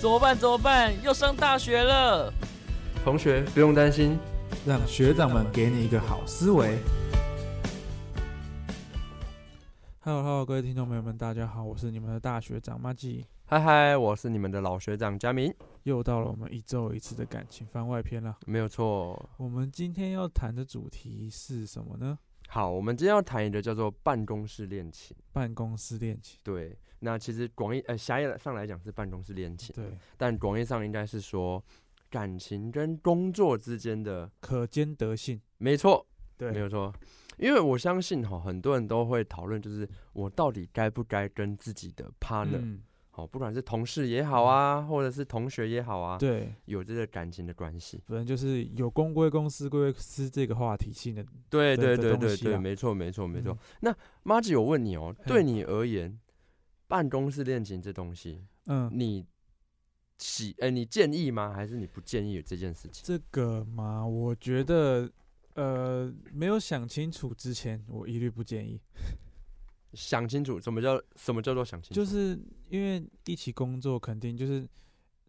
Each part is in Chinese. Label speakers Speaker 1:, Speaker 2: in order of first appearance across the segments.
Speaker 1: 怎么办？怎么办？要上大学了！
Speaker 2: 同学不用担心，
Speaker 3: 让学长们给你一个好思维。Hello Hello，各位听众朋友们，大家好，我是你们的大学长马季，
Speaker 2: 嗨嗨，我是你们的老学长佳明，
Speaker 3: 又到了我们一周一次的感情番外篇了。
Speaker 2: 没有错。
Speaker 3: 我们今天要谈的主题是什么呢？
Speaker 2: 好，我们今天要谈一个叫做办公室恋情。
Speaker 3: 办公室恋情。
Speaker 2: 对，那其实广义呃狭义上来讲是办公室恋情，
Speaker 3: 对，
Speaker 2: 但广义上应该是说感情跟工作之间的，
Speaker 3: 可兼得性。
Speaker 2: 没错，没
Speaker 3: 对，
Speaker 2: 有错。因为我相信哈，很多人都会讨论，就是我到底该不该跟自己的 partner，、
Speaker 3: 嗯，
Speaker 2: 哦，不管是同事也好啊，或者是同学也好啊，
Speaker 3: 对，
Speaker 2: 有这个感情的关系。
Speaker 3: 反正就是有公归公，私归私这个话题性的。
Speaker 2: 对
Speaker 3: 的
Speaker 2: 对
Speaker 3: 的
Speaker 2: 对
Speaker 3: 东
Speaker 2: 对
Speaker 3: 西
Speaker 2: 对，
Speaker 3: 啊
Speaker 2: 没错没错没错
Speaker 3: 嗯。
Speaker 2: 那妈吉，我问你哦，
Speaker 3: 嘿
Speaker 2: 对你而言，办公室恋情这东西，
Speaker 3: 嗯，
Speaker 2: 你喜呃你建议吗？还是你不建议这件事情？
Speaker 3: 这个嘛，我觉得，呃，没有想清楚之前，我一律不建议。
Speaker 2: 想清楚，什么叫什么叫做想清楚？
Speaker 3: 就是因为一起工作，肯定就是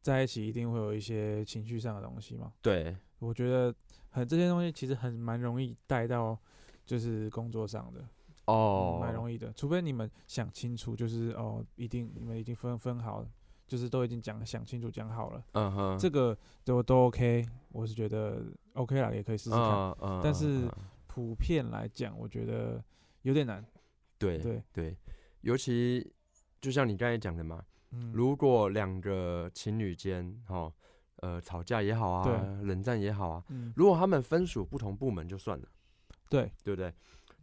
Speaker 3: 在一起，一定会有一些情绪上的东西嘛。
Speaker 2: 对
Speaker 3: 我觉得很这些东西其实很蛮容易带到，就是工作上的，嗯
Speaker 2: 哦，
Speaker 3: 蛮、容易的。除非你们想清楚，就是哦，一定你们已经分分好了，就是都已经讲想清楚讲好了，
Speaker 2: 嗯哼，
Speaker 3: 这个都都 OK，我是觉得 OK 啦，也可以试试看。
Speaker 2: 嗯嗯
Speaker 3: 但
Speaker 2: 嗯
Speaker 3: 是
Speaker 2: 嗯
Speaker 3: 普遍来讲，我觉得有点难。
Speaker 2: 对
Speaker 3: 对，
Speaker 2: 对，尤其就像你刚才讲的嘛，
Speaker 3: 嗯，
Speaker 2: 如果两个情侣间哦，呃吵架也好
Speaker 3: 对
Speaker 2: 啊，冷战也好啊，
Speaker 3: 嗯，
Speaker 2: 如果他们分属不同部门就算了。
Speaker 3: 对，
Speaker 2: 对不对？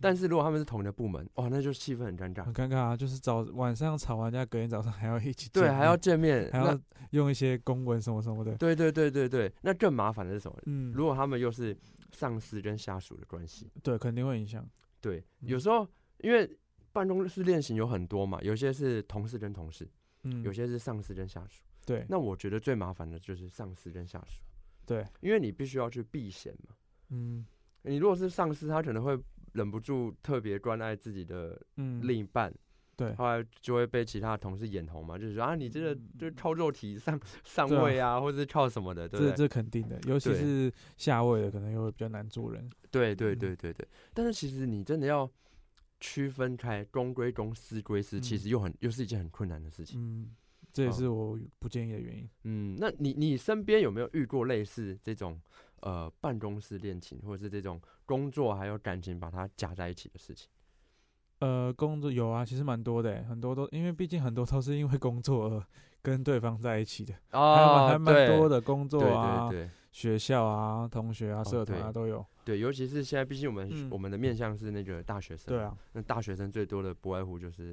Speaker 2: 但是如果他们是同一个部门，哇，那就气氛很尴尬
Speaker 3: 嗯很。尴尬啊，就是早晚上吵完架，隔天早上 还要一起
Speaker 2: 对，
Speaker 3: 见
Speaker 2: 还要
Speaker 3: 面
Speaker 2: 见面，
Speaker 3: 还
Speaker 2: 那
Speaker 3: 要用一些公文什么什么的。
Speaker 2: 对对对对对，那更麻烦的是什么？
Speaker 3: 嗯，
Speaker 2: 如果他们又是上司跟下属的关系，
Speaker 3: 对肯定会影响。
Speaker 2: 对，
Speaker 3: 嗯
Speaker 2: 有时候因为办公室恋情有很多嘛，有些是同事跟同事，
Speaker 3: 嗯，
Speaker 2: 有些是上司跟下属。
Speaker 3: 对
Speaker 2: 那我觉得最麻烦的就是上司跟下属，
Speaker 3: 对，
Speaker 2: 因为你必须要去避嫌嘛。
Speaker 3: 嗯
Speaker 2: 你如果是上司，他可能会忍不住特别关爱自己的
Speaker 3: 嗯，
Speaker 2: 另一半，
Speaker 3: 对
Speaker 2: 后来就会被其他的同事眼红嘛，就是说啊，你这个
Speaker 3: 嗯
Speaker 2: 就是靠肉体 上上
Speaker 3: 对啊
Speaker 2: 位啊，或者是靠什么的，对
Speaker 3: 这
Speaker 2: 不对？
Speaker 3: 这肯定的，尤其
Speaker 2: 对
Speaker 3: 是下位的，可能又会比较难做人。
Speaker 2: 对对
Speaker 3: 嗯
Speaker 2: 对对对。但是其实你真的要区分开公归公，私归私，其
Speaker 3: 嗯
Speaker 2: 实又很又是一件很困难的事情。
Speaker 3: 嗯，这也
Speaker 2: 哦
Speaker 3: 是我不建议的原因。
Speaker 2: 嗯，那你你身边有没有遇过类似这种呃办公室恋情，或者是这种工作还有感情把它夹在一起的事情？
Speaker 3: 呃，工作有啊，其实蛮多的欸，很多都因为毕竟很多都是因为工作而跟对方在一起的，还蛮还蛮多
Speaker 2: 的，
Speaker 3: 的工
Speaker 2: 哦对
Speaker 3: 作啊
Speaker 2: 对、对
Speaker 3: 学校啊、同学啊、社团
Speaker 2: 对
Speaker 3: 啊都有。
Speaker 2: 对，尤其是现在，毕竟我们、
Speaker 3: 嗯
Speaker 2: 我们的面向是那个大学生，
Speaker 3: 对啊，
Speaker 2: 那大学生最多的不外乎就是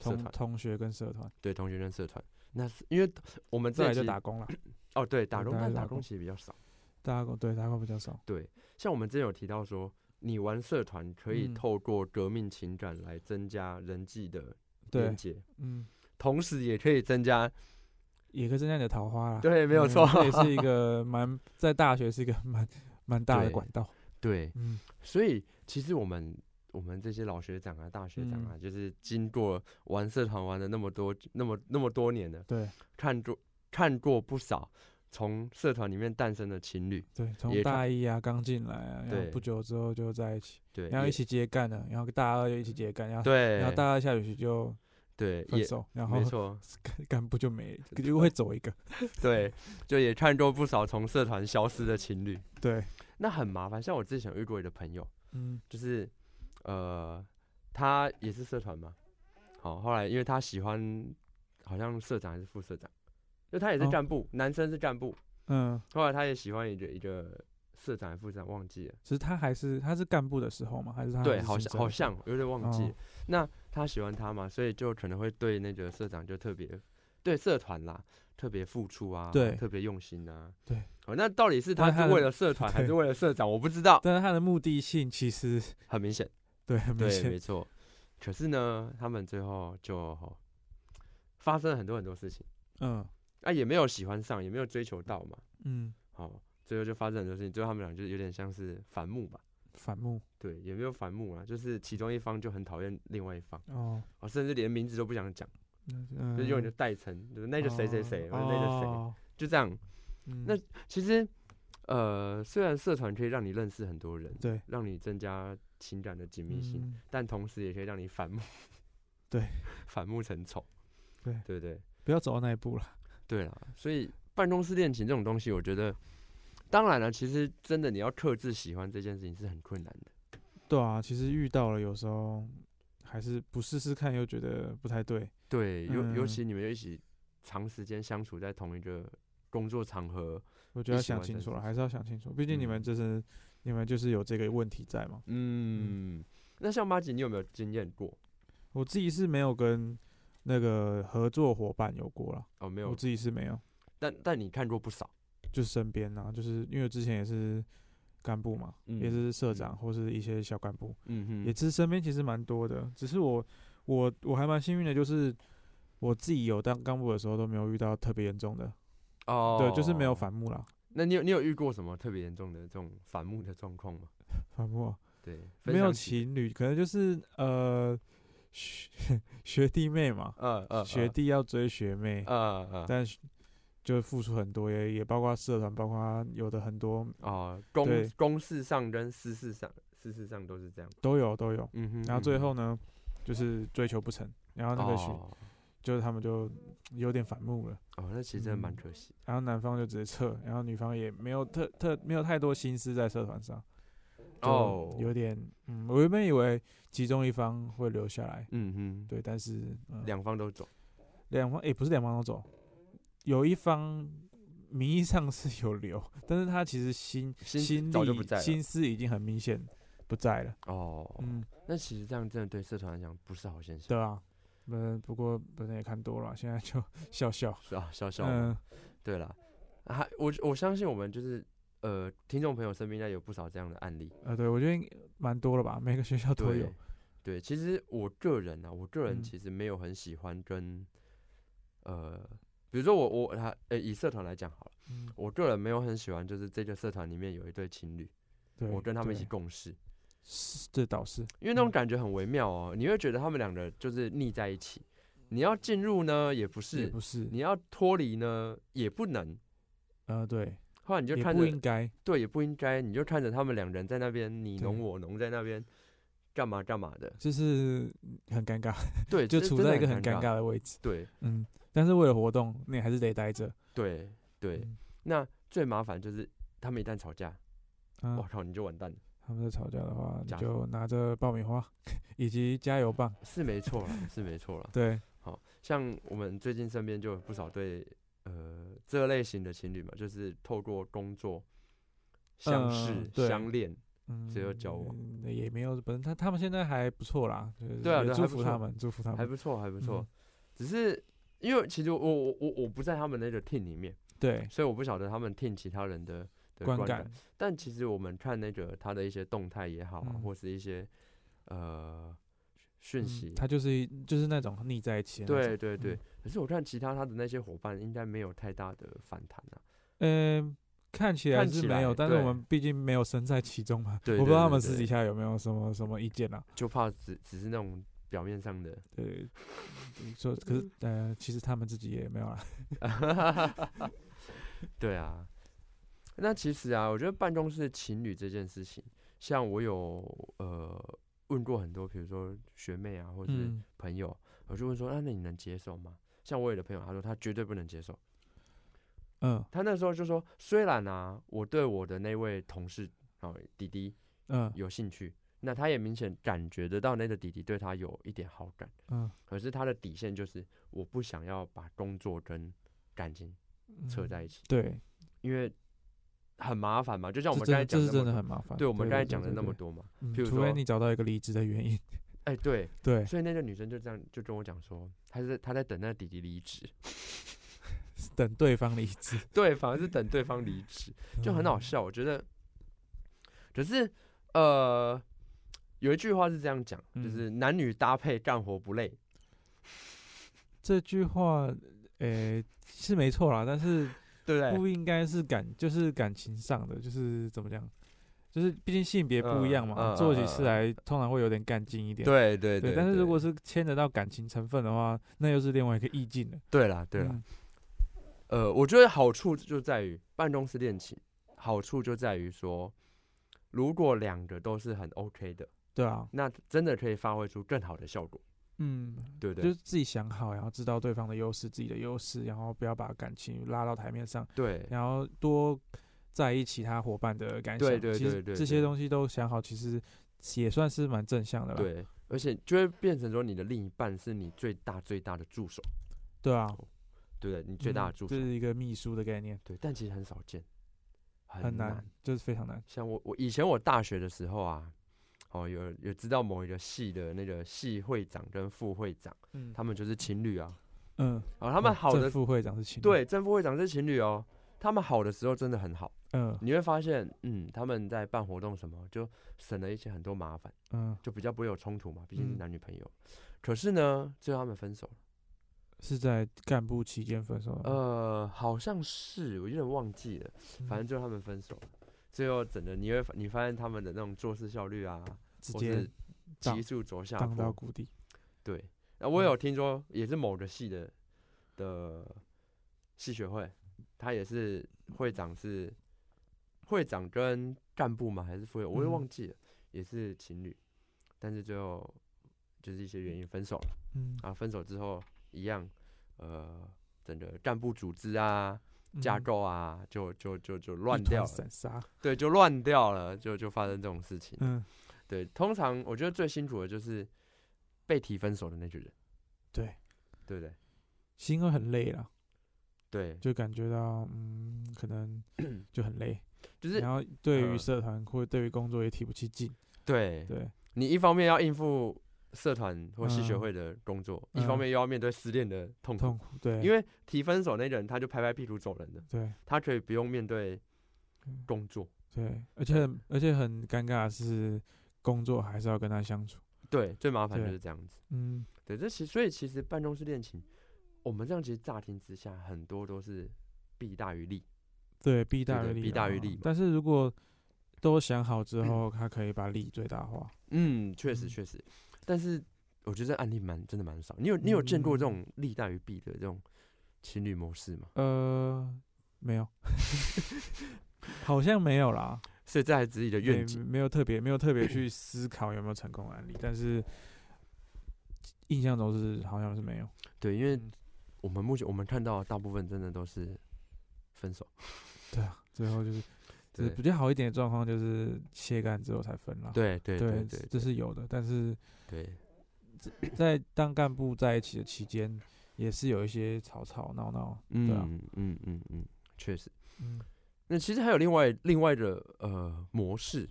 Speaker 2: 社
Speaker 3: 同
Speaker 2: 团，
Speaker 3: 同学跟社团，
Speaker 2: 对同学跟社团。那是因为我们这
Speaker 3: 再来
Speaker 2: 一
Speaker 3: 就
Speaker 2: 期
Speaker 3: 打工了，
Speaker 2: 哦，对打
Speaker 3: 对
Speaker 2: 工，
Speaker 3: 大家
Speaker 2: 但
Speaker 3: 就
Speaker 2: 打
Speaker 3: 打
Speaker 2: 工
Speaker 3: 工
Speaker 2: 其实比较少。
Speaker 3: 打工对打工比较少。
Speaker 2: 对，像我们之前有提到说，你玩社团可以
Speaker 3: 嗯
Speaker 2: 透过革命情感来增加人际的连
Speaker 3: 对，
Speaker 2: 接，
Speaker 3: 嗯，
Speaker 2: 同时也可以增加。
Speaker 3: 也可以增加你的桃花啦。
Speaker 2: 对，没有
Speaker 3: 嗯
Speaker 2: 错，
Speaker 3: 这也是一个蛮在大学是一个蛮蛮大的
Speaker 2: 对
Speaker 3: 管道。
Speaker 2: 对，
Speaker 3: 嗯，
Speaker 2: 所以其实我们我们这些老学长啊、大学长
Speaker 3: 嗯
Speaker 2: 啊，就是经过玩社团玩了那么多、那么那么多年的，
Speaker 3: 对
Speaker 2: 看过看过不少从社团里面诞生的情侣，
Speaker 3: 对，从
Speaker 2: 也看
Speaker 3: 大一啊刚进来啊，然
Speaker 2: 对
Speaker 3: 后不久之后就在一起，
Speaker 2: 对，
Speaker 3: 然后一
Speaker 2: 也
Speaker 3: 起接干了，然后大二又一起接干，然后
Speaker 2: 对，
Speaker 3: 然后大二下学期就
Speaker 2: 对
Speaker 3: 分
Speaker 2: 也
Speaker 3: 手，然后
Speaker 2: 没错，
Speaker 3: 干干部就没了，就会走一个。
Speaker 2: 对，就也看过不少从社团消失的情侣，
Speaker 3: 对，
Speaker 2: 那很麻烦。像我之前有遇过一个朋友，
Speaker 3: 嗯
Speaker 2: 就是呃，他也是社团嘛，好、后来因为他喜欢好像社长还是副社长，就他也是
Speaker 3: 哦
Speaker 2: 干部，男生是干部，
Speaker 3: 嗯，
Speaker 2: 后来他也喜欢一个一个社长还是副社长，忘记了。
Speaker 3: 其实他还是他是干部的时候嘛，还是他
Speaker 2: 对，
Speaker 3: 啊还是
Speaker 2: 好像
Speaker 3: 新生
Speaker 2: 好
Speaker 3: 的时候
Speaker 2: 像有点忘记了。
Speaker 3: 哦
Speaker 2: 那他喜欢他嘛，所以就可能会对那个社长就特别对社团啦特别付出啊，
Speaker 3: 对
Speaker 2: 特别用心啊。
Speaker 3: 对
Speaker 2: 哦，那到底是他
Speaker 3: 但他
Speaker 2: 是
Speaker 3: 的
Speaker 2: 为了社 团还是
Speaker 3: 对
Speaker 2: 为了社长，我不知道，
Speaker 3: 但是他的目的性其实
Speaker 2: 很明显，
Speaker 3: 对很明
Speaker 2: 对，
Speaker 3: 显
Speaker 2: 没，错。可是呢，他们最后就发生了很多很多事情，
Speaker 3: 嗯
Speaker 2: 啊，也没有喜欢上，也没有追求到嘛，
Speaker 3: 嗯，
Speaker 2: 哦，最后就发生很多事情，最后他们俩就有点像是反目吧。
Speaker 3: 反目
Speaker 2: 对，也没有反目啊，就是其中一方就很讨厌另外一方，
Speaker 3: 哦，
Speaker 2: 哦，甚至连名字都不想讲。
Speaker 3: 嗯
Speaker 2: 就是用你的代称，就是那个谁谁谁，或者那个谁，
Speaker 3: 哦
Speaker 2: 就这样。
Speaker 3: 嗯
Speaker 2: 那其实，呃，虽然社团可以让你认识很多人，
Speaker 3: 对
Speaker 2: 让你增加情感的紧密性，
Speaker 3: 嗯
Speaker 2: 但同时也可以让你反目，
Speaker 3: 对，
Speaker 2: 反目成仇，
Speaker 3: 对
Speaker 2: 对不对？
Speaker 3: 不要走到那一步了。
Speaker 2: 对啦，所以办公室恋情这种东西，我觉得，当然了，其实真的你要克制喜欢这件事情是很困难的。
Speaker 3: 对啊，其实遇到了有时候还是不试试看又觉得不太对。
Speaker 2: 对，尤、尤
Speaker 3: 嗯
Speaker 2: 其你们又一起长时间相处在同一个工作场合，
Speaker 3: 我觉
Speaker 2: 一
Speaker 3: 得要
Speaker 2: 起
Speaker 3: 想
Speaker 2: 完
Speaker 3: 清
Speaker 2: 成
Speaker 3: 楚
Speaker 2: 自
Speaker 3: 了，还是要想清楚，毕竟你们
Speaker 2: 嗯
Speaker 3: 就是、你们就是有这个问题在嘛。
Speaker 2: 嗯，那像马姐，你有没有经验过？
Speaker 3: 我自己是没有跟那个合作伙伴有过了，
Speaker 2: 哦，没
Speaker 3: 我
Speaker 2: 有，
Speaker 3: 自己是没有，
Speaker 2: 但但你看过不少，
Speaker 3: 就是身边啊，就是因为之前也是干部嘛，也
Speaker 2: 嗯
Speaker 3: 是社
Speaker 2: 嗯
Speaker 3: 长或是一些小干部，
Speaker 2: 嗯哼，
Speaker 3: 也是身边其实蛮多的，只是我我我还蛮幸运的，就是我自己有当干部的时候都没有遇到特别严重的，
Speaker 2: 哦，
Speaker 3: 对，就是没有。反目 啦，
Speaker 2: 那你有你有遇过什么特别严重的这种反目的状况吗？
Speaker 3: 反目啊
Speaker 2: 对，分
Speaker 3: 没有
Speaker 2: 享几
Speaker 3: 情侣，可能就是呃学 学弟妹嘛，
Speaker 2: 呃呃
Speaker 3: 学弟要追学妹，
Speaker 2: 呃呃呃
Speaker 3: 但是就付出很多，也也包括社团，包括有的很多
Speaker 2: 哦，公
Speaker 3: 对
Speaker 2: 公事上跟私事上，私事上都是这样。
Speaker 3: 都有都有。
Speaker 2: 嗯哼，
Speaker 3: 然后最
Speaker 2: 嗯
Speaker 3: 后呢，就是追求不成，然后
Speaker 2: 哼
Speaker 3: 那个学、
Speaker 2: 哦
Speaker 3: 就是他们就有点反目了，
Speaker 2: 哦，那其实真的蛮
Speaker 3: 嗯
Speaker 2: 可惜。
Speaker 3: 然后男方就直接撤，然后女方也没有特特没有太多心思在社团上，就
Speaker 2: 哦，
Speaker 3: 有点嗯，我原本以为其中一方会留下来，
Speaker 2: 嗯哼，
Speaker 3: 对，但是、嗯、
Speaker 2: 两方都走。
Speaker 3: 两方也、不是两方都走，有一方名义上是有留，但是他其实心
Speaker 2: 心
Speaker 3: 心
Speaker 2: 早就
Speaker 3: 力
Speaker 2: 不在了
Speaker 3: 心思已经很明显不在了。
Speaker 2: 哦，
Speaker 3: 嗯，
Speaker 2: 那其实这样真的对社团来讲不是好现象，
Speaker 3: 对啊，嗯，不过本来也看多了，现在就笑笑。
Speaker 2: 是啊， 笑笑。
Speaker 3: 嗯，
Speaker 2: 对啦，还我我相信我们就是呃，听众朋友身边应该有不少这样的案例。
Speaker 3: 呃，对，我觉得应蛮多了吧，每个学校都有
Speaker 2: 对。，对，其实我个人啊，我个人
Speaker 3: 嗯
Speaker 2: 其实没有很喜欢跟、呃，比如说我我他呃，以社团来讲好了，
Speaker 3: 嗯，
Speaker 2: 我个人没有很喜欢，就是这个社团里面有一对情侣，
Speaker 3: 对，
Speaker 2: 我跟他们一起
Speaker 3: 对
Speaker 2: 共事，
Speaker 3: 是这倒是，
Speaker 2: 因为那种
Speaker 3: 嗯
Speaker 2: 感觉很微妙哦，你会觉得他们两个就是腻在一起，你要进入呢也不
Speaker 3: 也
Speaker 2: 是，
Speaker 3: 不是
Speaker 2: 你，要脱离呢也不能，
Speaker 3: 呃，对，
Speaker 2: 后来你就
Speaker 3: 也
Speaker 2: 看
Speaker 3: 不
Speaker 2: 着
Speaker 3: 应该，
Speaker 2: 对，也不应该，你就看着他们两人在那边你侬
Speaker 3: 对，
Speaker 2: 我侬在那边干嘛干嘛的
Speaker 3: 就是很尴尬，
Speaker 2: 对，
Speaker 3: 就
Speaker 2: 这
Speaker 3: 处
Speaker 2: 真的
Speaker 3: 在一个很
Speaker 2: 尴
Speaker 3: 尴尬，的位置。
Speaker 2: 对
Speaker 3: 嗯，但是为了活动，你还是得待着。
Speaker 2: 对对。
Speaker 3: 嗯，
Speaker 2: 那最麻烦就是他们一旦吵架，
Speaker 3: 啊
Speaker 2: 我、靠，你就完蛋了，
Speaker 3: 他们在吵架的话，你
Speaker 2: 假
Speaker 3: 就拿着爆米花 以及加油棒，
Speaker 2: 是没错啦，是没错啦。
Speaker 3: 对，
Speaker 2: 好像我们最近身边就有不少对呃这类型的情侣嘛，就是透过工作相识、
Speaker 3: 嗯对
Speaker 2: 相恋，
Speaker 3: 嗯，
Speaker 2: 只有交往
Speaker 3: 嗯也没有，反正他他们现在还不错啦，就是
Speaker 2: 对啊
Speaker 3: 也
Speaker 2: 对
Speaker 3: 祝
Speaker 2: 还不
Speaker 3: 福他
Speaker 2: 错
Speaker 3: 们，祝福他
Speaker 2: 还
Speaker 3: 们，
Speaker 2: 不错，还不错。
Speaker 3: 嗯
Speaker 2: 只是因为其实我我我我不在他们那个 team 里面，
Speaker 3: 对，
Speaker 2: 所以我不晓得他们 team 其他人的的
Speaker 3: 观
Speaker 2: 感
Speaker 3: 感。嗯
Speaker 2: 但其实我们看那个他的一些动态也好啊，
Speaker 3: 嗯
Speaker 2: 或是一些呃讯
Speaker 3: 嗯
Speaker 2: 息，
Speaker 3: 他就是一就是那种腻在一起，
Speaker 2: 对，对对
Speaker 3: 嗯。
Speaker 2: 可是我看其他他的那些伙伴应该没有太大的反弹啊。
Speaker 3: 嗯。看起来
Speaker 2: 看
Speaker 3: 是
Speaker 2: 起
Speaker 3: 没有，
Speaker 2: 来
Speaker 3: 但是我
Speaker 2: 对
Speaker 3: 们毕竟没有身在其中嘛，
Speaker 2: 对
Speaker 3: 我不知道
Speaker 2: 对
Speaker 3: 他
Speaker 2: 对
Speaker 3: 们私
Speaker 2: 对
Speaker 3: 底下有没有什么什么意见啊。
Speaker 2: 就怕只只是那种表面上的。
Speaker 3: 对，嗯说可是
Speaker 2: 嗯
Speaker 3: 呃，其实他们自己也没有啦。
Speaker 2: 对啊，那其实啊，我觉得办公室情侣这件事情，像我有呃问过很多，比如说学妹啊，或是
Speaker 3: 嗯，
Speaker 2: 朋友，我就问说，啊，那你能接受吗？像我有的朋友，他说他绝对不能接受。
Speaker 3: 嗯
Speaker 2: 他那时候就说，虽然啊，我对我的那位同事哦弟弟
Speaker 3: 嗯
Speaker 2: 有兴趣，那他也明显感觉得到那个弟弟对他有一点好感，
Speaker 3: 嗯
Speaker 2: 可是他的底线就是我不想要把工作跟感情
Speaker 3: 嗯，
Speaker 2: 扯在一起，
Speaker 3: 对，
Speaker 2: 因为很麻烦嘛。就像我
Speaker 3: 这
Speaker 2: 们刚才
Speaker 3: 真
Speaker 2: 讲
Speaker 3: 这
Speaker 2: 的那么
Speaker 3: 是真的
Speaker 2: 多，
Speaker 3: 很麻烦。
Speaker 2: 对我们刚才
Speaker 3: 对
Speaker 2: 讲的
Speaker 3: 对
Speaker 2: 那么
Speaker 3: 对
Speaker 2: 多嘛，
Speaker 3: 嗯
Speaker 2: 譬如
Speaker 3: 除非
Speaker 2: 说
Speaker 3: 你找到一个离职的原因，
Speaker 2: 哎、对，
Speaker 3: 对，
Speaker 2: 所以那个女生就这样就跟我讲说，她是她在等那个弟弟离职，
Speaker 3: 等对方离职，
Speaker 2: 对，反而是等对方离职，就很好
Speaker 3: 嗯。
Speaker 2: 笑。我觉得，可是呃，有一句话是这样讲，就
Speaker 3: 嗯
Speaker 2: 是男女搭配干活不累。
Speaker 3: 这句话，呃，是没错啦，但是
Speaker 2: 对不对？
Speaker 3: 不应该是感，就是感情上的，就是怎么讲，就是毕竟性别不一样嘛，
Speaker 2: 嗯嗯嗯
Speaker 3: 做起事来通常会有点干劲一点。
Speaker 2: 对对
Speaker 3: 对但是如果是牵扯到感情成分的话，那又是另外一个意境了。
Speaker 2: 对啦对啊啦，
Speaker 3: 嗯
Speaker 2: 呃，我觉得好处就在于办公室恋情，好处就在于说，如果两个都是很 OK 的，
Speaker 3: 对啊，
Speaker 2: 那真的可以发挥出更好的效果，
Speaker 3: 嗯，
Speaker 2: 对不
Speaker 3: 就是
Speaker 2: 对？
Speaker 3: 自己想好，然后知道对方的优势、自己的优势，然后不要把感情拉到台面上，
Speaker 2: 对
Speaker 3: 然后多在意其他伙伴的感想。
Speaker 2: 对对
Speaker 3: 其实
Speaker 2: 对对
Speaker 3: 这
Speaker 2: 对
Speaker 3: 些东西都想好，其实也算是蛮正向的了。
Speaker 2: 对，而且就会变成说，你的另一半是你最大最大的助手，
Speaker 3: 对啊，
Speaker 2: 对不对？你最大的
Speaker 3: 嗯
Speaker 2: 助手
Speaker 3: 这，是一个秘书的概念，
Speaker 2: 对，但其实很少见，
Speaker 3: 很难，就是非常难。
Speaker 2: 像我我以前我大学的时候啊，哦有有知道某一个系的那个系会长跟副会长，
Speaker 3: 嗯
Speaker 2: 他们就是情侣啊。
Speaker 3: 嗯，
Speaker 2: 然后他们
Speaker 3: 哦
Speaker 2: 好的
Speaker 3: 正副会长是情侣，
Speaker 2: 对正副会长是情侣哦，他们好的时候真的很好，
Speaker 3: 嗯
Speaker 2: 你会发现，嗯，他们在办活动什么就省了一些很多麻烦，
Speaker 3: 嗯，
Speaker 2: 就比较不会有冲突嘛，毕竟是
Speaker 3: 嗯
Speaker 2: 男女朋友。可是呢，最后他们分手了。
Speaker 3: 是在干部期间分手的吗，
Speaker 2: 呃，好像是，我有点忘记了，反正
Speaker 3: 嗯
Speaker 2: 最后他们分手了。最后整的你会发你发现他们的那种做事效率啊，
Speaker 3: 直
Speaker 2: 或
Speaker 3: 接
Speaker 2: 是
Speaker 3: 荡
Speaker 2: 急速走下
Speaker 3: 荡到
Speaker 2: 坡，
Speaker 3: 谷底。
Speaker 2: 对，那我有
Speaker 3: 嗯
Speaker 2: 听说，也是某个系的的系学会，他也是会长是会长跟干部嘛，还是副会，我也
Speaker 3: 嗯
Speaker 2: 忘记了，也是情侣，但是最后就是一些原因分手了。
Speaker 3: 嗯，
Speaker 2: 啊，分手之后一样，呃，整个干部组织啊、架
Speaker 3: 嗯
Speaker 2: 构啊，就就就就
Speaker 3: 一
Speaker 2: 乱
Speaker 3: 团
Speaker 2: 掉了，
Speaker 3: 散沙。
Speaker 2: 对，就乱掉了，就就发生这种事情。
Speaker 3: 嗯，
Speaker 2: 对，通常我觉得最辛苦的就是被提分手的那个人，
Speaker 3: 对，
Speaker 2: 对不对？
Speaker 3: 心会很累了，
Speaker 2: 对，
Speaker 3: 就感觉到嗯，可能就很累，
Speaker 2: 就是
Speaker 3: 然后对于
Speaker 2: 嗯
Speaker 3: 社团或对于工作也提不起劲。
Speaker 2: 对
Speaker 3: 对，
Speaker 2: 你一方面要应付社团或系学
Speaker 3: 嗯
Speaker 2: 会的工作，一方
Speaker 3: 嗯
Speaker 2: 面又要面对失恋的痛苦。
Speaker 3: 痛苦。对，
Speaker 2: 因
Speaker 3: 为
Speaker 2: 为提分手那个人，他就拍拍屁股走人了，
Speaker 3: 对
Speaker 2: 他可以不用面对
Speaker 3: 嗯
Speaker 2: 工作。
Speaker 3: 对，而且很而且很尴尬的是，工作还是要跟他相处。
Speaker 2: 对，最麻烦就
Speaker 3: 对
Speaker 2: 是这样子。
Speaker 3: 嗯，
Speaker 2: 对，这其所以其实办公室恋情，我们这样其实乍听之下，很多都是弊大于利。
Speaker 3: 对，弊大
Speaker 2: 对的
Speaker 3: 于利，
Speaker 2: 弊大于利嘛
Speaker 3: 但是如果都想好之后，他可以把利最大化。
Speaker 2: 嗯，确实
Speaker 3: 嗯
Speaker 2: 确实，但是我觉得这案例蛮真的蛮少。你有你有见
Speaker 3: 嗯
Speaker 2: 过这种利大于弊的这种情侣模式吗？
Speaker 3: 呃， 没有，好像没有啦，
Speaker 2: 所以这还只是你的
Speaker 3: 也
Speaker 2: 愿景。
Speaker 3: 没有特别没有特别去思考有没有成功的案例，但是印象中是好像是没有。
Speaker 2: 对，因为
Speaker 3: 嗯
Speaker 2: 我们目前我们看到的大部分真的都是分手，
Speaker 3: 对啊，最后就是就
Speaker 2: 对
Speaker 3: 是比较好一点的状况就是切干之后才分啦。
Speaker 2: 对对对
Speaker 3: 这
Speaker 2: 对
Speaker 3: 这是啊有的，但是
Speaker 2: 对
Speaker 3: 在当干部在一起的期间，也是有一些吵吵闹闹。对啊，
Speaker 2: 嗯嗯嗯嗯，确实。
Speaker 3: 嗯，
Speaker 2: 那其实还有另外另外的呃模式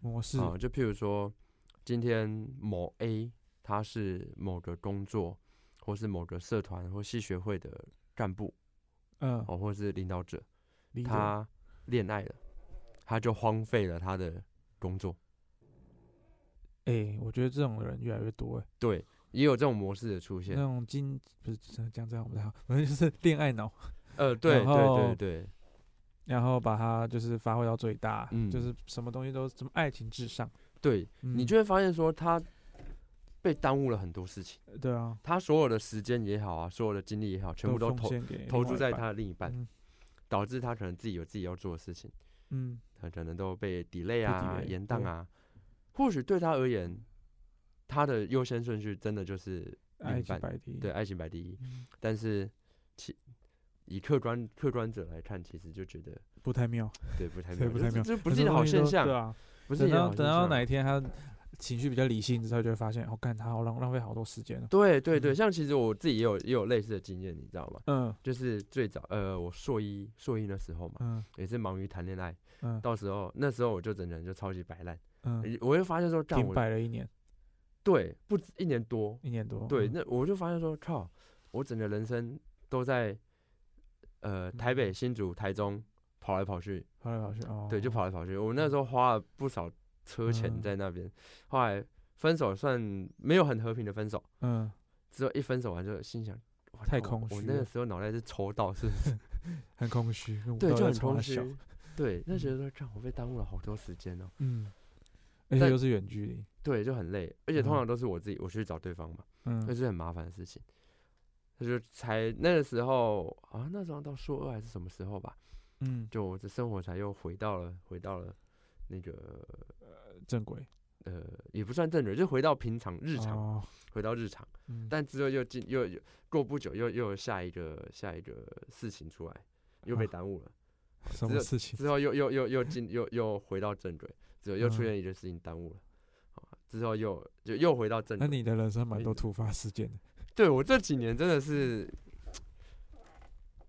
Speaker 3: 模式，
Speaker 2: 啊，就譬如说，今天某 A 他是某个工作或是某个社团或系学会的干部
Speaker 3: 嗯，
Speaker 2: 哦，或是领导者，
Speaker 3: 理解
Speaker 2: 他恋爱了，他就荒废了他的工作。
Speaker 3: 哎、我觉得这种人越来越多、欸，
Speaker 2: 对，也有这种模式的出
Speaker 3: 那
Speaker 2: 现。
Speaker 3: 种经不是这样讲这样不太好，反正就是恋爱脑，
Speaker 2: 呃，对
Speaker 3: 然
Speaker 2: 对对
Speaker 3: 后
Speaker 2: 对，
Speaker 3: 然后把它就是发挥到最大，
Speaker 2: 嗯
Speaker 3: 就是什么东西都什么爱情至上，
Speaker 2: 对，你
Speaker 3: 嗯
Speaker 2: 就会发现说他被耽误了很多事情，
Speaker 3: 对啊，
Speaker 2: 他所有的时间也好啊，所有的精力也好，全部都
Speaker 3: 奉
Speaker 2: 投
Speaker 3: 献给
Speaker 2: 投
Speaker 3: 另
Speaker 2: 注
Speaker 3: 外一
Speaker 2: 在
Speaker 3: 半
Speaker 2: 他，的另一半，
Speaker 3: 嗯
Speaker 2: 导致他可能自己有自己要做的事情，
Speaker 3: 嗯，
Speaker 2: 他可能都被 delay 啊、
Speaker 3: delay，
Speaker 2: 延宕
Speaker 3: 对
Speaker 2: 啊。或许对他而言，他的优先顺序真的就是另
Speaker 3: 爱
Speaker 2: 一
Speaker 3: 情
Speaker 2: 半，
Speaker 3: 摆第一，
Speaker 2: 对，啊爱情摆第一。
Speaker 3: 嗯，
Speaker 2: 但是其以客观客观者来看，其实就觉得
Speaker 3: 不太妙，
Speaker 2: 对不太
Speaker 3: 对
Speaker 2: 妙，
Speaker 3: 不
Speaker 2: 就
Speaker 3: 太
Speaker 2: 是
Speaker 3: 妙
Speaker 2: 这不
Speaker 3: 很
Speaker 2: 是一
Speaker 3: 多
Speaker 2: 个
Speaker 3: 东
Speaker 2: 好
Speaker 3: 西
Speaker 2: 现
Speaker 3: 都
Speaker 2: 象
Speaker 3: 对，啊，
Speaker 2: 不是
Speaker 3: 等
Speaker 2: 一个
Speaker 3: 到
Speaker 2: 好
Speaker 3: 等
Speaker 2: 现
Speaker 3: 到
Speaker 2: 象啊
Speaker 3: 哪一天他情绪比较理性之后，就会发现，哦，干他好浪浪费好多时间哦，
Speaker 2: 对对对，
Speaker 3: 嗯
Speaker 2: 像其实我自己也有也有类似的经验，你知道吗？
Speaker 3: 嗯
Speaker 2: 就是最早呃，我硕一硕一那时候嘛，
Speaker 3: 嗯
Speaker 2: 也是忙于谈恋爱，
Speaker 3: 嗯
Speaker 2: 到时候那时候我就整个人就超级摆烂，
Speaker 3: 嗯，
Speaker 2: 我就发现说，干
Speaker 3: 停
Speaker 2: 我
Speaker 3: 摆了一年
Speaker 2: 对不止一年多，
Speaker 3: 一年多，
Speaker 2: 对，
Speaker 3: 嗯
Speaker 2: 那我就发现说，靠，我整个人生都在呃
Speaker 3: 嗯
Speaker 2: 台北、新竹、台中跑来跑去，
Speaker 3: 跑来跑去，哦，
Speaker 2: 对，就跑来跑去。我那时候花了不少车钱
Speaker 3: 嗯
Speaker 2: 在那边，后来分手算没有很和平的分手，
Speaker 3: 嗯，
Speaker 2: 之后一分手完就心想，哇
Speaker 3: 太
Speaker 2: 靠我
Speaker 3: 空
Speaker 2: 我
Speaker 3: 虚
Speaker 2: 那个
Speaker 3: 了
Speaker 2: 时候脑袋是抽到是不是？
Speaker 3: 很空虚，
Speaker 2: 对，就
Speaker 3: 我到底
Speaker 2: 很
Speaker 3: 在冲
Speaker 2: 空
Speaker 3: 他
Speaker 2: 虚
Speaker 3: 小。
Speaker 2: 对，那觉得说，看我被耽误了好多时间哦、
Speaker 3: 嗯，而且
Speaker 2: 但
Speaker 3: 又是远距离，
Speaker 2: 对，就很累，而且通
Speaker 3: 嗯
Speaker 2: 常都是我自己我去找对方嘛，那
Speaker 3: 嗯，
Speaker 2: 是很麻烦的事情。他就才那个时候啊，那时候到硕二还是什么时候吧，
Speaker 3: 嗯，
Speaker 2: 就我的生活才又回到了回到了那个
Speaker 3: 正轨，
Speaker 2: 呃，也不算正轨，就回到平常日常，
Speaker 3: 哦，
Speaker 2: 回到日常。
Speaker 3: 嗯，
Speaker 2: 但之后又进又又过不久又又有下一个下一个事情出来，又被
Speaker 3: 啊
Speaker 2: 耽误了。
Speaker 3: 什
Speaker 2: 只
Speaker 3: 么
Speaker 2: 有
Speaker 3: 事情？
Speaker 2: 之后又又又又进又又回到正轨，之后又出
Speaker 3: 嗯
Speaker 2: 现一件事情耽误了，好之后又就又回到正
Speaker 3: 那
Speaker 2: 轨。
Speaker 3: 你的人生蛮
Speaker 2: 没
Speaker 3: 多
Speaker 2: 什
Speaker 3: 突发事件的，
Speaker 2: 对我这几年真的是，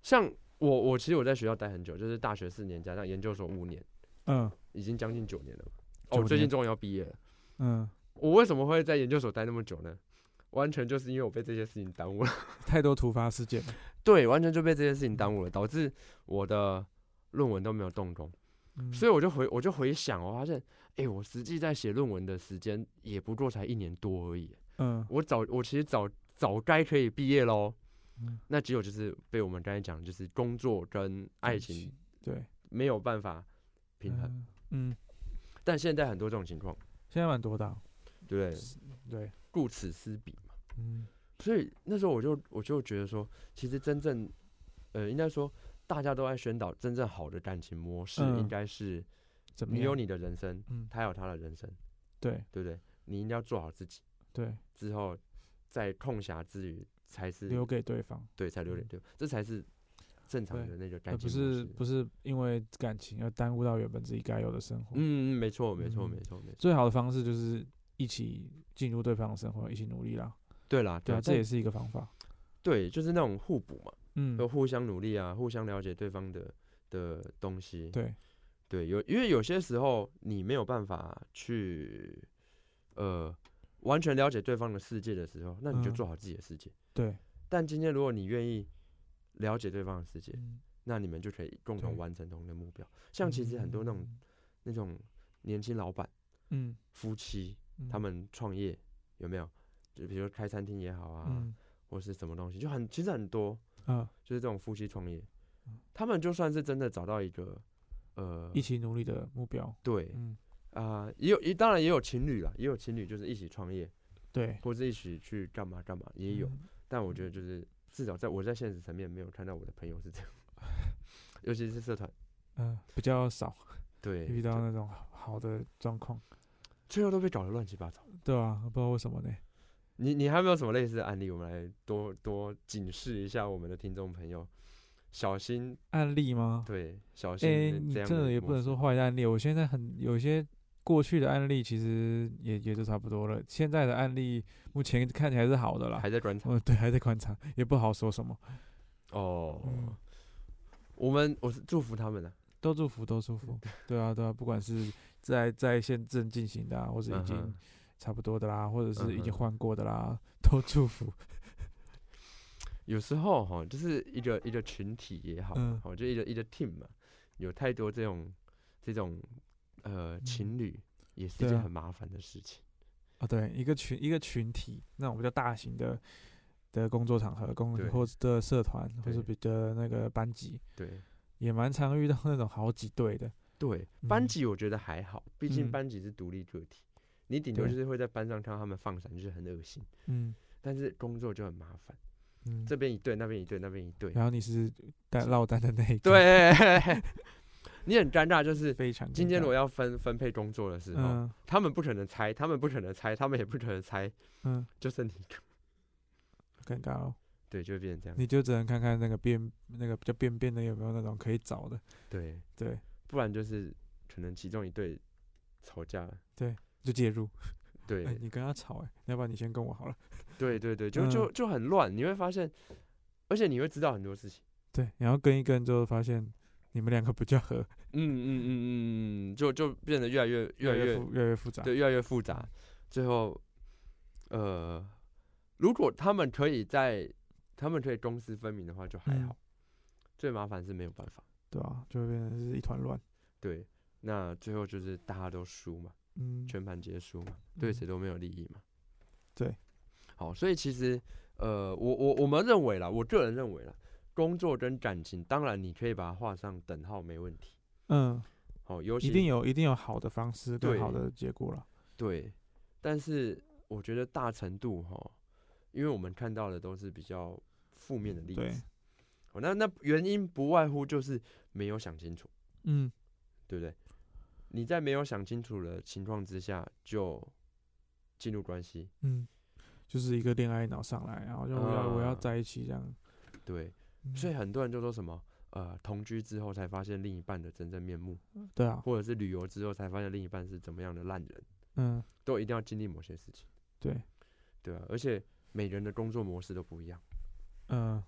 Speaker 2: 像我我其实我在学校待很久，就是大学四年加上研究所五年，
Speaker 3: 嗯
Speaker 2: 已经将近九年了。哦，我
Speaker 3: 九
Speaker 2: 最近
Speaker 3: 年
Speaker 2: 终于要毕业了。
Speaker 3: 嗯，
Speaker 2: 我为什么会在研究所待那么久呢？完全就是因为我被这些事情耽误了。
Speaker 3: 太多突发事件了，
Speaker 2: 对，完全就被这些事情耽误了，导致我的论文都没有动工。
Speaker 3: 嗯
Speaker 2: 所以我就回我就回想，我发现，哎、我实际在写论文的时间也不过才一年多而已。
Speaker 3: 嗯
Speaker 2: 我早我其实早早该可以毕业喽。
Speaker 3: 嗯
Speaker 2: 那只有就是被我们刚才讲的，就是工作跟爱情
Speaker 3: 对
Speaker 2: 没有办法平衡。
Speaker 3: 嗯嗯，
Speaker 2: 但现在很多这种情况，
Speaker 3: 现在蛮多的啊，
Speaker 2: 对不对？
Speaker 3: 对，
Speaker 2: 顾此失彼嘛。
Speaker 3: 嗯
Speaker 2: 所以那时候我就我就觉得说，其实真正，呃，应该说大家都在宣导，真正好的感情模式
Speaker 3: 嗯
Speaker 2: 应该是
Speaker 3: 怎么
Speaker 2: 你有
Speaker 3: 样？
Speaker 2: 你的人生，
Speaker 3: 嗯，
Speaker 2: 他有他的人生，
Speaker 3: 对
Speaker 2: 对不对？你应该要做好自己，
Speaker 3: 对，
Speaker 2: 之后在空暇之余才是
Speaker 3: 留给对方，
Speaker 2: 对，才留点对，这才是正常
Speaker 3: 对
Speaker 2: 的那个
Speaker 3: 而
Speaker 2: 感
Speaker 3: 不
Speaker 2: 情
Speaker 3: 是
Speaker 2: 模式。
Speaker 3: 不是因为感情而耽误到原本自己该有的生活。
Speaker 2: 嗯，嗯没错，没错，
Speaker 3: 嗯
Speaker 2: 没错，没错。
Speaker 3: 最好的方式就是一起进入对方的生活，一起努力啦。
Speaker 2: 对啦，
Speaker 3: 对啊，这
Speaker 2: 但
Speaker 3: 也是一个方法。
Speaker 2: 对，就是那种互补嘛，
Speaker 3: 嗯，
Speaker 2: 就互相努力啊，互相了解对方的的东西。
Speaker 3: 对，
Speaker 2: 对，有因为有些时候你没有办法去呃完全了解对方的世界的时候，那你就
Speaker 3: 嗯
Speaker 2: 做好自己的世界。
Speaker 3: 对，
Speaker 2: 但今天如果你愿意了解对方的世界，
Speaker 3: 嗯
Speaker 2: 那你们就可以共同
Speaker 3: 对
Speaker 2: 完成同一个目标。像其实很多那种、那种年轻老板
Speaker 3: 嗯，
Speaker 2: 夫妻，
Speaker 3: 嗯
Speaker 2: 他们创业有没有？就比如说开餐厅也好啊，
Speaker 3: 嗯
Speaker 2: 或是什么东西，就很其实很多，
Speaker 3: 啊，
Speaker 2: 就是这种夫妻创业
Speaker 3: 嗯，
Speaker 2: 他们就算是真的找到一个呃
Speaker 3: 一起努力的目标。
Speaker 2: 对
Speaker 3: 嗯，
Speaker 2: 啊、也有也当然也有情侣啦，也有情侣就是一起创业，
Speaker 3: 对，
Speaker 2: 或是一起去干嘛干嘛也有。
Speaker 3: 嗯
Speaker 2: 但我觉得就是至少在我在现实层面没有看到我的朋友是这样， 尤其是社团，
Speaker 3: 嗯比较少
Speaker 2: 对，
Speaker 3: 遇到
Speaker 2: 对
Speaker 3: 那种好好的状况。
Speaker 2: 最后都被搞得乱七八糟。
Speaker 3: 对啊，不知道为什么呢？
Speaker 2: 你你还有没有什么类似的案例？我们来多多警示一下我们的听众朋友，小心
Speaker 3: 案例吗？
Speaker 2: 对，小心
Speaker 3: 哎、
Speaker 2: 这
Speaker 3: 你
Speaker 2: 这样
Speaker 3: 真的也
Speaker 2: 模
Speaker 3: 不能
Speaker 2: 式
Speaker 3: 说坏案例。我现在很有些过去的案例，其实也也就差不多了。现在的案例目前看起来是好的啦。
Speaker 2: 还在观察
Speaker 3: 嗯，对，还在观察，也不好说什么。
Speaker 2: 哦。
Speaker 3: 嗯
Speaker 2: 我们我是祝福他们的、啊
Speaker 3: 都祝福，都祝福。
Speaker 2: 嗯
Speaker 3: 对啊，对啊，不管是在在现正进行的、啊，或者已
Speaker 2: 嗯哼
Speaker 3: 经差不多的啦，或者是已
Speaker 2: 嗯
Speaker 3: 经
Speaker 2: 哼
Speaker 3: 换过的啦，都祝福。
Speaker 2: 有时候哈，就是一个一个群体也好，
Speaker 3: 嗯
Speaker 2: 我觉得一个一个 team 嘛，有太多这种这种呃情侣，也是一
Speaker 3: 嗯对
Speaker 2: 件
Speaker 3: 啊
Speaker 2: 很麻烦的事情。
Speaker 3: 啊，对，一个群一个群体，那种比较大型的的工作场合，工
Speaker 2: 对
Speaker 3: 或者社团，或
Speaker 2: 对
Speaker 3: 者比较那个班级，
Speaker 2: 对
Speaker 3: 也蛮常遇到那种好几队的。
Speaker 2: 对，班
Speaker 3: 嗯
Speaker 2: 级我觉得还好，毕竟
Speaker 3: 嗯
Speaker 2: 班级是独立个体，你顶多
Speaker 3: 对
Speaker 2: 就是会在班上看到他们放闪，就是很恶心。
Speaker 3: 嗯
Speaker 2: 但是工作就很麻烦，
Speaker 3: 嗯，
Speaker 2: 这边一对，那边一对，那边一对，
Speaker 3: 然后你是带落单的那一 个，，
Speaker 2: 对， 你很尴尬，就是
Speaker 3: 非常
Speaker 2: 今天
Speaker 3: 尴
Speaker 2: 我
Speaker 3: 尬
Speaker 2: 要分分配工作的时候，
Speaker 3: 嗯
Speaker 2: 他们不可能猜，他们不可能猜，他们也不可能猜，
Speaker 3: 嗯
Speaker 2: 就剩你一个，
Speaker 3: 尴尬哦，
Speaker 2: 对，就会变成这样，
Speaker 3: 你就只能看看那个边那个比较边边的有没有那种可以找的，
Speaker 2: 对，
Speaker 3: 对，
Speaker 2: 不然就是可能其中一对吵架了，
Speaker 3: 就介入。
Speaker 2: 对，
Speaker 3: 哎、你嗯跟他吵哎、要不然你先跟我好了。
Speaker 2: 对对对，就就就很乱，你会发现，而且你会知道很多事情，
Speaker 3: 对，然后跟一跟之后发现你们两个不较合，
Speaker 2: 嗯嗯嗯嗯嗯，就就变得越来越越来越
Speaker 3: 复越来越复杂。
Speaker 2: 对，越来越复杂。最后，呃，如果他们可以在他们可以公私分明的话，就还
Speaker 3: 嗯
Speaker 2: 好。最麻烦是没有办法。
Speaker 3: 对啊，就会变成是一团乱。
Speaker 2: 对，那最后就是大家都输嘛，
Speaker 3: 嗯，
Speaker 2: 全盘皆输嘛，对
Speaker 3: 嗯
Speaker 2: 谁都没有利益嘛。
Speaker 3: 对，
Speaker 2: 好，所以其实，呃，我我我们认为啦，我个人认为啦，工作跟感情，当然你可以把它画上等号，没问题。
Speaker 3: 嗯，
Speaker 2: 哦，尤其
Speaker 3: 一定有一定有好的方式跟
Speaker 2: 对
Speaker 3: 好的结果了。
Speaker 2: 对，但是我觉得大程度哈，因为我们看到的都是比较负面的例
Speaker 3: 嗯对
Speaker 2: 子，哦，那那原因不外乎就是没有想清楚，
Speaker 3: 嗯，
Speaker 2: 对不对？你在没有想清楚的情况之下就进入关系，
Speaker 3: 嗯，就是一个恋爱脑上来，然后就我要、我要
Speaker 2: 啊
Speaker 3: 在一起这样。
Speaker 2: 对，
Speaker 3: 嗯
Speaker 2: 所以啊很多人就说什么。呃，同居之后才发现另一半的真正面目，
Speaker 3: 对啊，
Speaker 2: 或者是旅游之后才发现另一半是怎么样的烂人，
Speaker 3: 嗯，
Speaker 2: 都一定要经历某些事情，
Speaker 3: 对，
Speaker 2: 对啊，而且每人的工作模式都不一样，
Speaker 3: 嗯、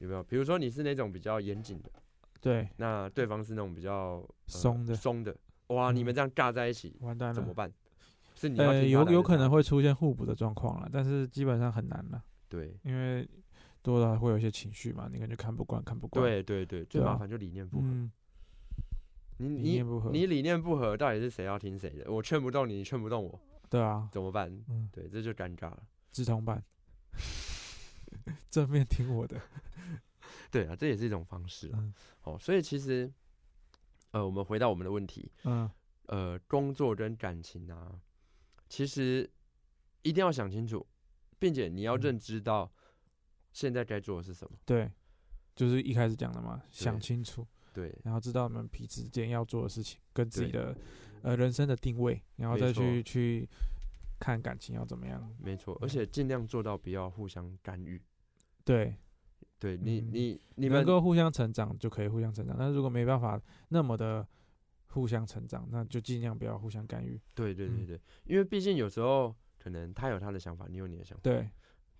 Speaker 2: 有没有？比如说你是那种比较严谨的，
Speaker 3: 对，
Speaker 2: 那对方是那种比较呃
Speaker 3: 松的
Speaker 2: 松的，哇，你
Speaker 3: 嗯
Speaker 2: 们这样尬在一起
Speaker 3: 完蛋
Speaker 2: 怎么
Speaker 3: 了。
Speaker 2: 办？是你要
Speaker 3: 呃，
Speaker 2: 听
Speaker 3: 有
Speaker 2: 他的
Speaker 3: 有
Speaker 2: 还是
Speaker 3: 可
Speaker 2: 他
Speaker 3: 能会出现互补的状况了，但是基本上很难了，
Speaker 2: 对
Speaker 3: 因为多少会有一些情绪嘛，你可能就看不惯，看不惯。，
Speaker 2: 对对对，最
Speaker 3: 对
Speaker 2: 麻
Speaker 3: 啊
Speaker 2: 烦就理念不合。
Speaker 3: 嗯，
Speaker 2: 你
Speaker 3: 理
Speaker 2: 你
Speaker 3: 念不合
Speaker 2: 你理念不合，到底是谁要听谁的？我劝不动你，你劝不动我，
Speaker 3: 对啊，
Speaker 2: 怎么办？
Speaker 3: 嗯，
Speaker 2: 对，这就尴尬了。
Speaker 3: 志同版， 正面听我的，
Speaker 2: 对啊，这也是一种方式啊。
Speaker 3: 嗯
Speaker 2: 哦，所以其实，呃，我们回到我们的问题，
Speaker 3: 嗯，
Speaker 2: 呃，工作跟感情啊，其实一定要想清楚，并且你要
Speaker 3: 嗯
Speaker 2: 认知到现在该做的是什么。
Speaker 3: 对，就是一开始讲的嘛，想
Speaker 2: 对
Speaker 3: 清楚，
Speaker 2: 对，
Speaker 3: 然后知道你们彼此之间要做的事情跟自己
Speaker 2: 对
Speaker 3: 的呃人生的定位，然后
Speaker 2: 没
Speaker 3: 再
Speaker 2: 错
Speaker 3: 去去看感情要怎么样。
Speaker 2: 没错，而且尽量做到不要互相干预。
Speaker 3: 对，
Speaker 2: 对你，
Speaker 3: 嗯
Speaker 2: 你你
Speaker 3: 你
Speaker 2: 们
Speaker 3: 能够互相成长就可以互相成长，但是如果没办法那么的互相成长，那就尽量不要互相干预。
Speaker 2: 对对对
Speaker 3: 嗯
Speaker 2: 对，因为毕竟有时候可能他有他的想法，你有你的想法，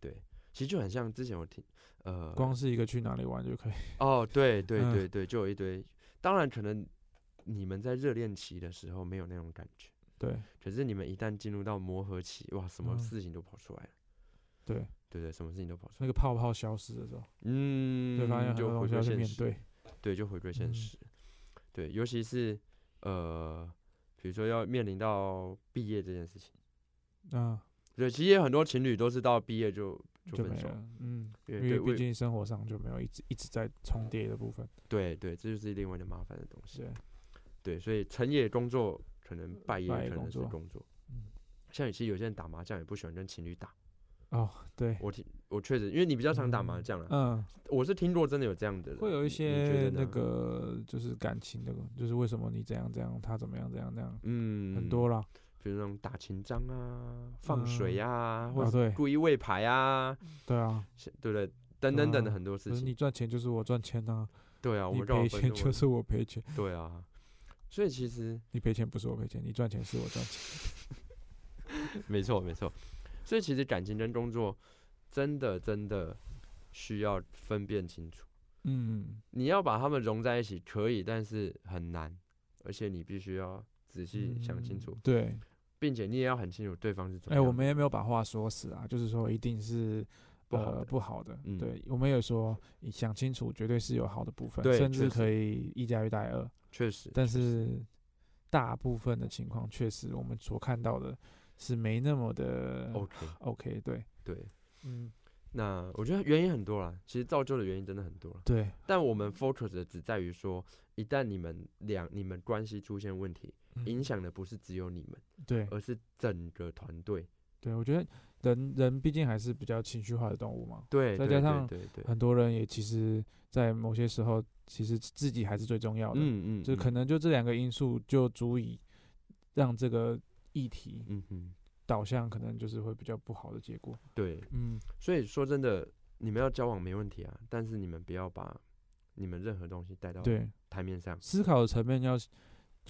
Speaker 3: 对，
Speaker 2: 其实就很像之前我听呃，
Speaker 3: 光是一个去哪里玩就可以。
Speaker 2: 哦，对对
Speaker 3: 嗯
Speaker 2: 对对，就有一堆。当然，可能你们在热恋期的时候没有那种感觉，
Speaker 3: 对
Speaker 2: 可是你们一旦进入到磨合期，哇，什么
Speaker 3: 嗯
Speaker 2: 事情都跑出来了。
Speaker 3: 对，
Speaker 2: 对对，什么事情都跑出来，
Speaker 3: 那个泡泡消失的时候，
Speaker 2: 嗯，
Speaker 3: 对方有很多
Speaker 2: 就
Speaker 3: 东
Speaker 2: 回
Speaker 3: 西要
Speaker 2: 归
Speaker 3: 去
Speaker 2: 现
Speaker 3: 面
Speaker 2: 实，
Speaker 3: 对。
Speaker 2: 对，就回归现
Speaker 3: 嗯
Speaker 2: 实，对，尤其是呃，比如说要面临到毕业这件事情。
Speaker 3: 嗯，
Speaker 2: 对，其实也很多情侣都是到毕业就就
Speaker 3: 就
Speaker 2: 分
Speaker 3: 没
Speaker 2: 手，
Speaker 3: 了。嗯，
Speaker 2: 因
Speaker 3: 因
Speaker 2: 为
Speaker 3: 为
Speaker 2: 对
Speaker 3: 毕
Speaker 2: 为
Speaker 3: 竟生活上就没有一直一直在重叠的部分。
Speaker 2: 对对，这就是另外的麻烦的东西。
Speaker 3: 对，
Speaker 2: 对，所以成也工作，可能败也
Speaker 3: 败也
Speaker 2: 可能
Speaker 3: 工
Speaker 2: 是
Speaker 3: 作
Speaker 2: 工作。
Speaker 3: 嗯
Speaker 2: 像其实有些人打麻将也不喜欢跟情侣打，
Speaker 3: 哦， 对，
Speaker 2: 我听我确实，因为你比较常打麻将啦，
Speaker 3: 嗯，
Speaker 2: 我是听过真的有这样的人，
Speaker 3: 会有
Speaker 2: 你你觉
Speaker 3: 一些
Speaker 2: 得
Speaker 3: 那
Speaker 2: 呢，
Speaker 3: 个就是感情的，就是为什么你怎样怎样，他怎么样怎样怎样，
Speaker 2: 嗯，
Speaker 3: 很多，啦。
Speaker 2: 比如那种打情章啊、放水啊，或
Speaker 3: 哦，
Speaker 2: 者
Speaker 3: 对，
Speaker 2: 故意喂牌啊，
Speaker 3: 对啊，
Speaker 2: 是对不对？等等等的
Speaker 3: 啊
Speaker 2: 很多事
Speaker 3: 可是
Speaker 2: 情
Speaker 3: 你。赚钱就是我赚钱呐、
Speaker 2: 对啊，我
Speaker 3: 你
Speaker 2: 们让我
Speaker 3: 赔
Speaker 2: 分
Speaker 3: 钱
Speaker 2: 这么
Speaker 3: 就是我赔钱，
Speaker 2: 对啊，所以其 实
Speaker 3: 你赔钱不是我赔钱，你赚钱是我赚钱。
Speaker 2: 没错，没错。所以其实感情跟工作真的真的需要分辨清楚。
Speaker 3: 嗯，
Speaker 2: 你要把它们融在一起可以，但是很难，而且你必须要仔细想清楚，
Speaker 3: 嗯对，
Speaker 2: 并且你也要很清楚对方是怎么
Speaker 3: 哎、
Speaker 2: 样的。
Speaker 3: 我们也没有把话说死啊，就是说一定是
Speaker 2: 不好
Speaker 3: 呃
Speaker 2: 的
Speaker 3: 不好的。
Speaker 2: 嗯
Speaker 3: 对，我们也说你想清楚，绝对是有好的部分，
Speaker 2: 对
Speaker 3: 甚
Speaker 2: 确
Speaker 3: 至
Speaker 2: 实
Speaker 3: 可以一加一大于二。
Speaker 2: 确实，
Speaker 3: 但是大部分的情况，确实我们所看到的是没那么的
Speaker 2: OK，
Speaker 3: OK，对，
Speaker 2: 对。
Speaker 3: 嗯，
Speaker 2: 那我觉得原因很多啦，其实造就的原因真的很多啦。
Speaker 3: 对，
Speaker 2: 但我们 focus 的只在于说，一旦你们两你们关系出现问题，
Speaker 3: 嗯
Speaker 2: 影响的不是只有你们，
Speaker 3: 对
Speaker 2: 而是整个团队。
Speaker 3: 对，我觉得人人毕竟还是比较情绪化的动物嘛，
Speaker 2: 对，
Speaker 3: 再
Speaker 2: 对
Speaker 3: 加上
Speaker 2: 对对对，
Speaker 3: 很多人也其实，在某些时候，其实自己还是最重要的，
Speaker 2: 嗯嗯，
Speaker 3: 就
Speaker 2: 嗯
Speaker 3: 可能就这两个因素就足以让这个议题
Speaker 2: 嗯哼，
Speaker 3: 导向可能就是会比较不好的结果，
Speaker 2: 对，
Speaker 3: 嗯，
Speaker 2: 所以说真的，你们要交往没问题啊，但是你们不要把你们任何东西带到
Speaker 3: 对，
Speaker 2: 台面上，
Speaker 3: 思考的层面要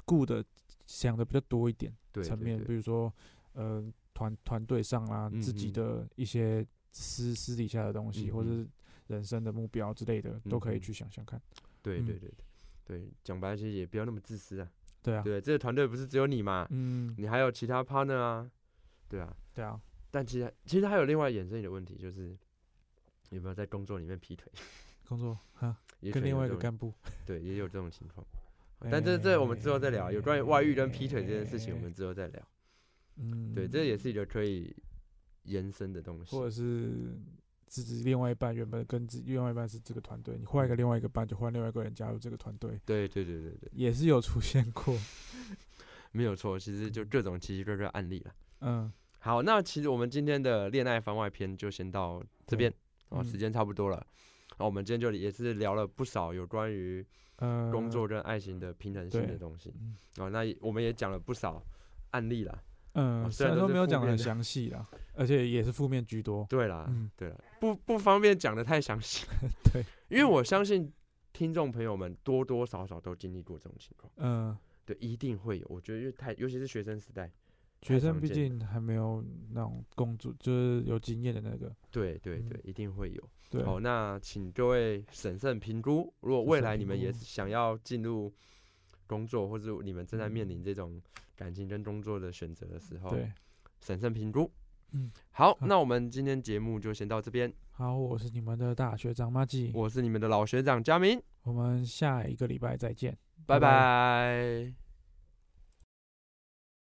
Speaker 3: 顾的想的比较多一点。
Speaker 2: 对
Speaker 3: 层
Speaker 2: 对
Speaker 3: 面，比
Speaker 2: 对，
Speaker 3: 如说呃团团队上啦、
Speaker 2: 嗯
Speaker 3: 自己
Speaker 2: 嗯
Speaker 3: 的一些私私底下的东西，
Speaker 2: 嗯
Speaker 3: 或者
Speaker 2: 嗯
Speaker 3: 是人生的目标之类的，都可
Speaker 2: 嗯
Speaker 3: 以
Speaker 2: 嗯
Speaker 3: 去想想看。
Speaker 2: 对
Speaker 3: 嗯
Speaker 2: 对对对，讲白了其实也不要那么自私啊，
Speaker 3: 对啊，
Speaker 2: 对，这个团队不是只有你嘛，
Speaker 3: 嗯，
Speaker 2: 你还有其他 partner 啊，对啊，
Speaker 3: 对啊，
Speaker 2: 但其实其实还有另外衍生一个问题，就是有没有在工作里面劈腿，
Speaker 3: 工作哈，
Speaker 2: 也可
Speaker 3: 跟
Speaker 2: 能
Speaker 3: 另
Speaker 2: 有
Speaker 3: 外一
Speaker 2: 这
Speaker 3: 个
Speaker 2: 种
Speaker 3: 干部。哎
Speaker 2: 对也有这种情况，但这这我们之后再聊，有关于外遇跟劈腿这件事情，我们之后再聊，
Speaker 3: 嗯，
Speaker 2: 对，这也是一个可以延伸的东西
Speaker 3: 或，者是自己另外一半原本跟自另外一半是这个团队，你
Speaker 2: 嗯
Speaker 3: 换一个另外一个班，就换另外一个人加入这个团队，
Speaker 2: 对对对对对，
Speaker 3: 也是有出 现过。
Speaker 2: 没有错，其实就各种奇奇怪怪案例了。
Speaker 3: 嗯，
Speaker 2: 好，那其实我们今天的恋爱番外篇就先到这
Speaker 3: 对
Speaker 2: 边哦，
Speaker 3: 嗯
Speaker 2: 时间差不多了。那、我们今天就也是聊了不少有关于
Speaker 3: 呃，
Speaker 2: 工作跟爱情的平衡性
Speaker 3: 对
Speaker 2: 的东西
Speaker 3: 嗯
Speaker 2: 哦，那也我们也讲了不少案例啦。
Speaker 3: 嗯，
Speaker 2: 哦虽
Speaker 3: 虽
Speaker 2: 然
Speaker 3: 然
Speaker 2: 都
Speaker 3: 说
Speaker 2: 是
Speaker 3: 没有
Speaker 2: 负
Speaker 3: 讲的
Speaker 2: 面
Speaker 3: 很
Speaker 2: 的
Speaker 3: 详细啦，而且也是负面居多。
Speaker 2: 对啊啦，
Speaker 3: 嗯
Speaker 2: 对啦，不不方便讲的太详细。
Speaker 3: 对，
Speaker 2: 因为我相信听众朋友们多多少少都经历过这种情况，
Speaker 3: 嗯，
Speaker 2: 对，一定会有。我觉得因为太，尤其是学生时代，
Speaker 3: 学
Speaker 2: 太
Speaker 3: 生
Speaker 2: 常
Speaker 3: 毕
Speaker 2: 见了
Speaker 3: 竟还没有那种工作，就是有经验的那个。
Speaker 2: 对对对
Speaker 3: 嗯，
Speaker 2: 一定会有。
Speaker 3: 对，
Speaker 2: 好，那请各位审慎评估，如果
Speaker 3: 审
Speaker 2: 未
Speaker 3: 慎
Speaker 2: 来你
Speaker 3: 评
Speaker 2: 们也
Speaker 3: 估哦
Speaker 2: 是想要进入工作，或者你们正在面
Speaker 3: 嗯
Speaker 2: 临这种感情跟工作的选择的时候，
Speaker 3: 对，
Speaker 2: 审慎评估。
Speaker 3: 嗯，
Speaker 2: 好，
Speaker 3: 好
Speaker 2: 那我们今天节目就先到这边。
Speaker 3: 好，我是你们的大学长马季，
Speaker 2: 我是你们的老学长佳明，
Speaker 3: 我们下一个礼拜再见。
Speaker 2: 拜
Speaker 3: 拜
Speaker 2: 拜。